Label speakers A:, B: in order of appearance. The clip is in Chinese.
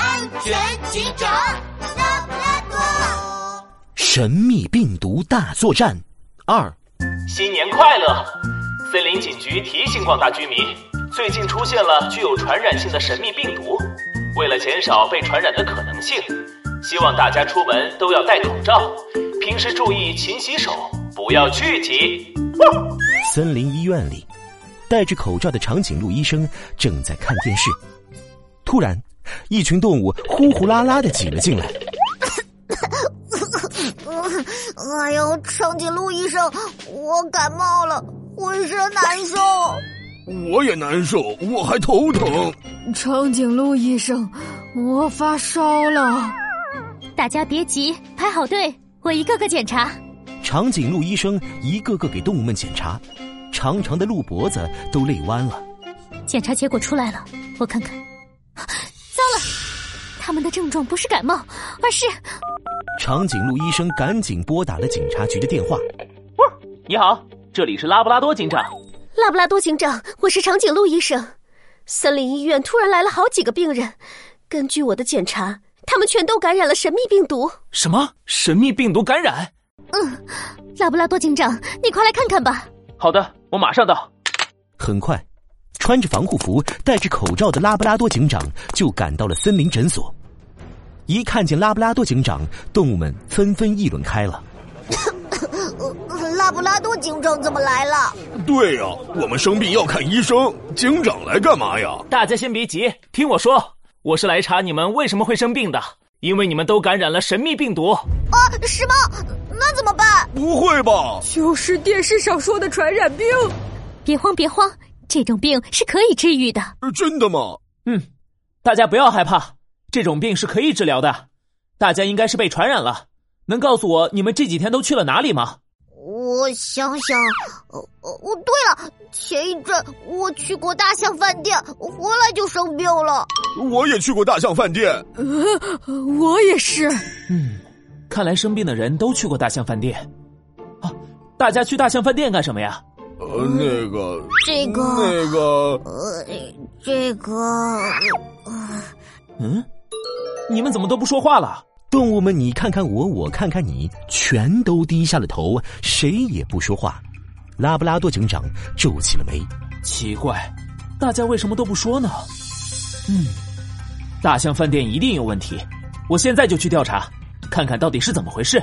A: 安全警长拉布拉多。
B: 神秘病毒大作战二，
C: 新年快乐！森林警局提醒广大居民，最近出现了具有传染性的神秘病毒。为了减少被传染的可能性，希望大家出门都要戴口罩，平时注意勤洗手，不要聚集。
B: 森林医院里，戴着口罩的长颈鹿医生正在看电视，突然，一群动物呼呼啦啦的挤了进来。
D: 哎呦，长颈鹿医生，我感冒了，浑身难受。
E: 我也难受，我还头疼。
F: 长颈鹿医生，我发烧了。
G: 大家别急，排好队，我一个个检查。
B: 长颈鹿医生一个个给动物们检查，长长的鹿脖子都累弯了。
G: 检查结果出来了，我看看。啊糟了，他们的症状不是感冒，而是……
B: 长颈鹿医生赶紧拨打了警察局的电话。
C: 你好，这里是拉布拉多警长。
H: 拉布拉多警长，我是长颈鹿医生。森林医院突然来了好几个病人，根据我的检查，他们全都感染了神秘病毒。
I: 什么？神秘病毒感染？
G: 拉布拉多警长，你快来看看吧！
C: 好的，我马上到。
B: 很快，穿着防护服、戴着口罩的拉布拉多警长就赶到了森林诊所。一看见拉布拉多警长，动物们纷纷议论开了。
D: 呃拉布拉多警长怎么来了？
E: 对呀、我们生病要看医生，警长来干嘛呀？
C: 大家先别急，听我说，我是来查你们为什么会生病的，因为你们都感染了神秘病毒。
D: 啊，什么？那怎么办？
E: 不会吧？
F: 就是电视上说的传染病。
G: 别慌，别慌，这种病是可以治愈的。
E: 真的吗？
C: 嗯大家不要害怕，这种病是可以治疗的。大家应该是被传染了，能告诉我你们这几天都去了哪里吗？
D: 我想想，哦哦，哦对了，前一阵我去过大象饭店，回来就生病了。
E: 我也去过大象饭店，
F: 我也是。
C: 看来生病的人都去过大象饭店。啊，大家去大象饭店干什么呀？
E: 呃，那个，
D: 这个
E: 那个，
D: 呃，这个
C: 嗯，你们怎么都不说话了？
B: 动物们你看看我，我看看你，全都低下了头，谁也不说话。拉布拉多警长皱起了眉。
C: 奇怪，大家为什么都不说呢？嗯，大象饭店一定有问题，我现在就去调查，看看到底是怎么回事。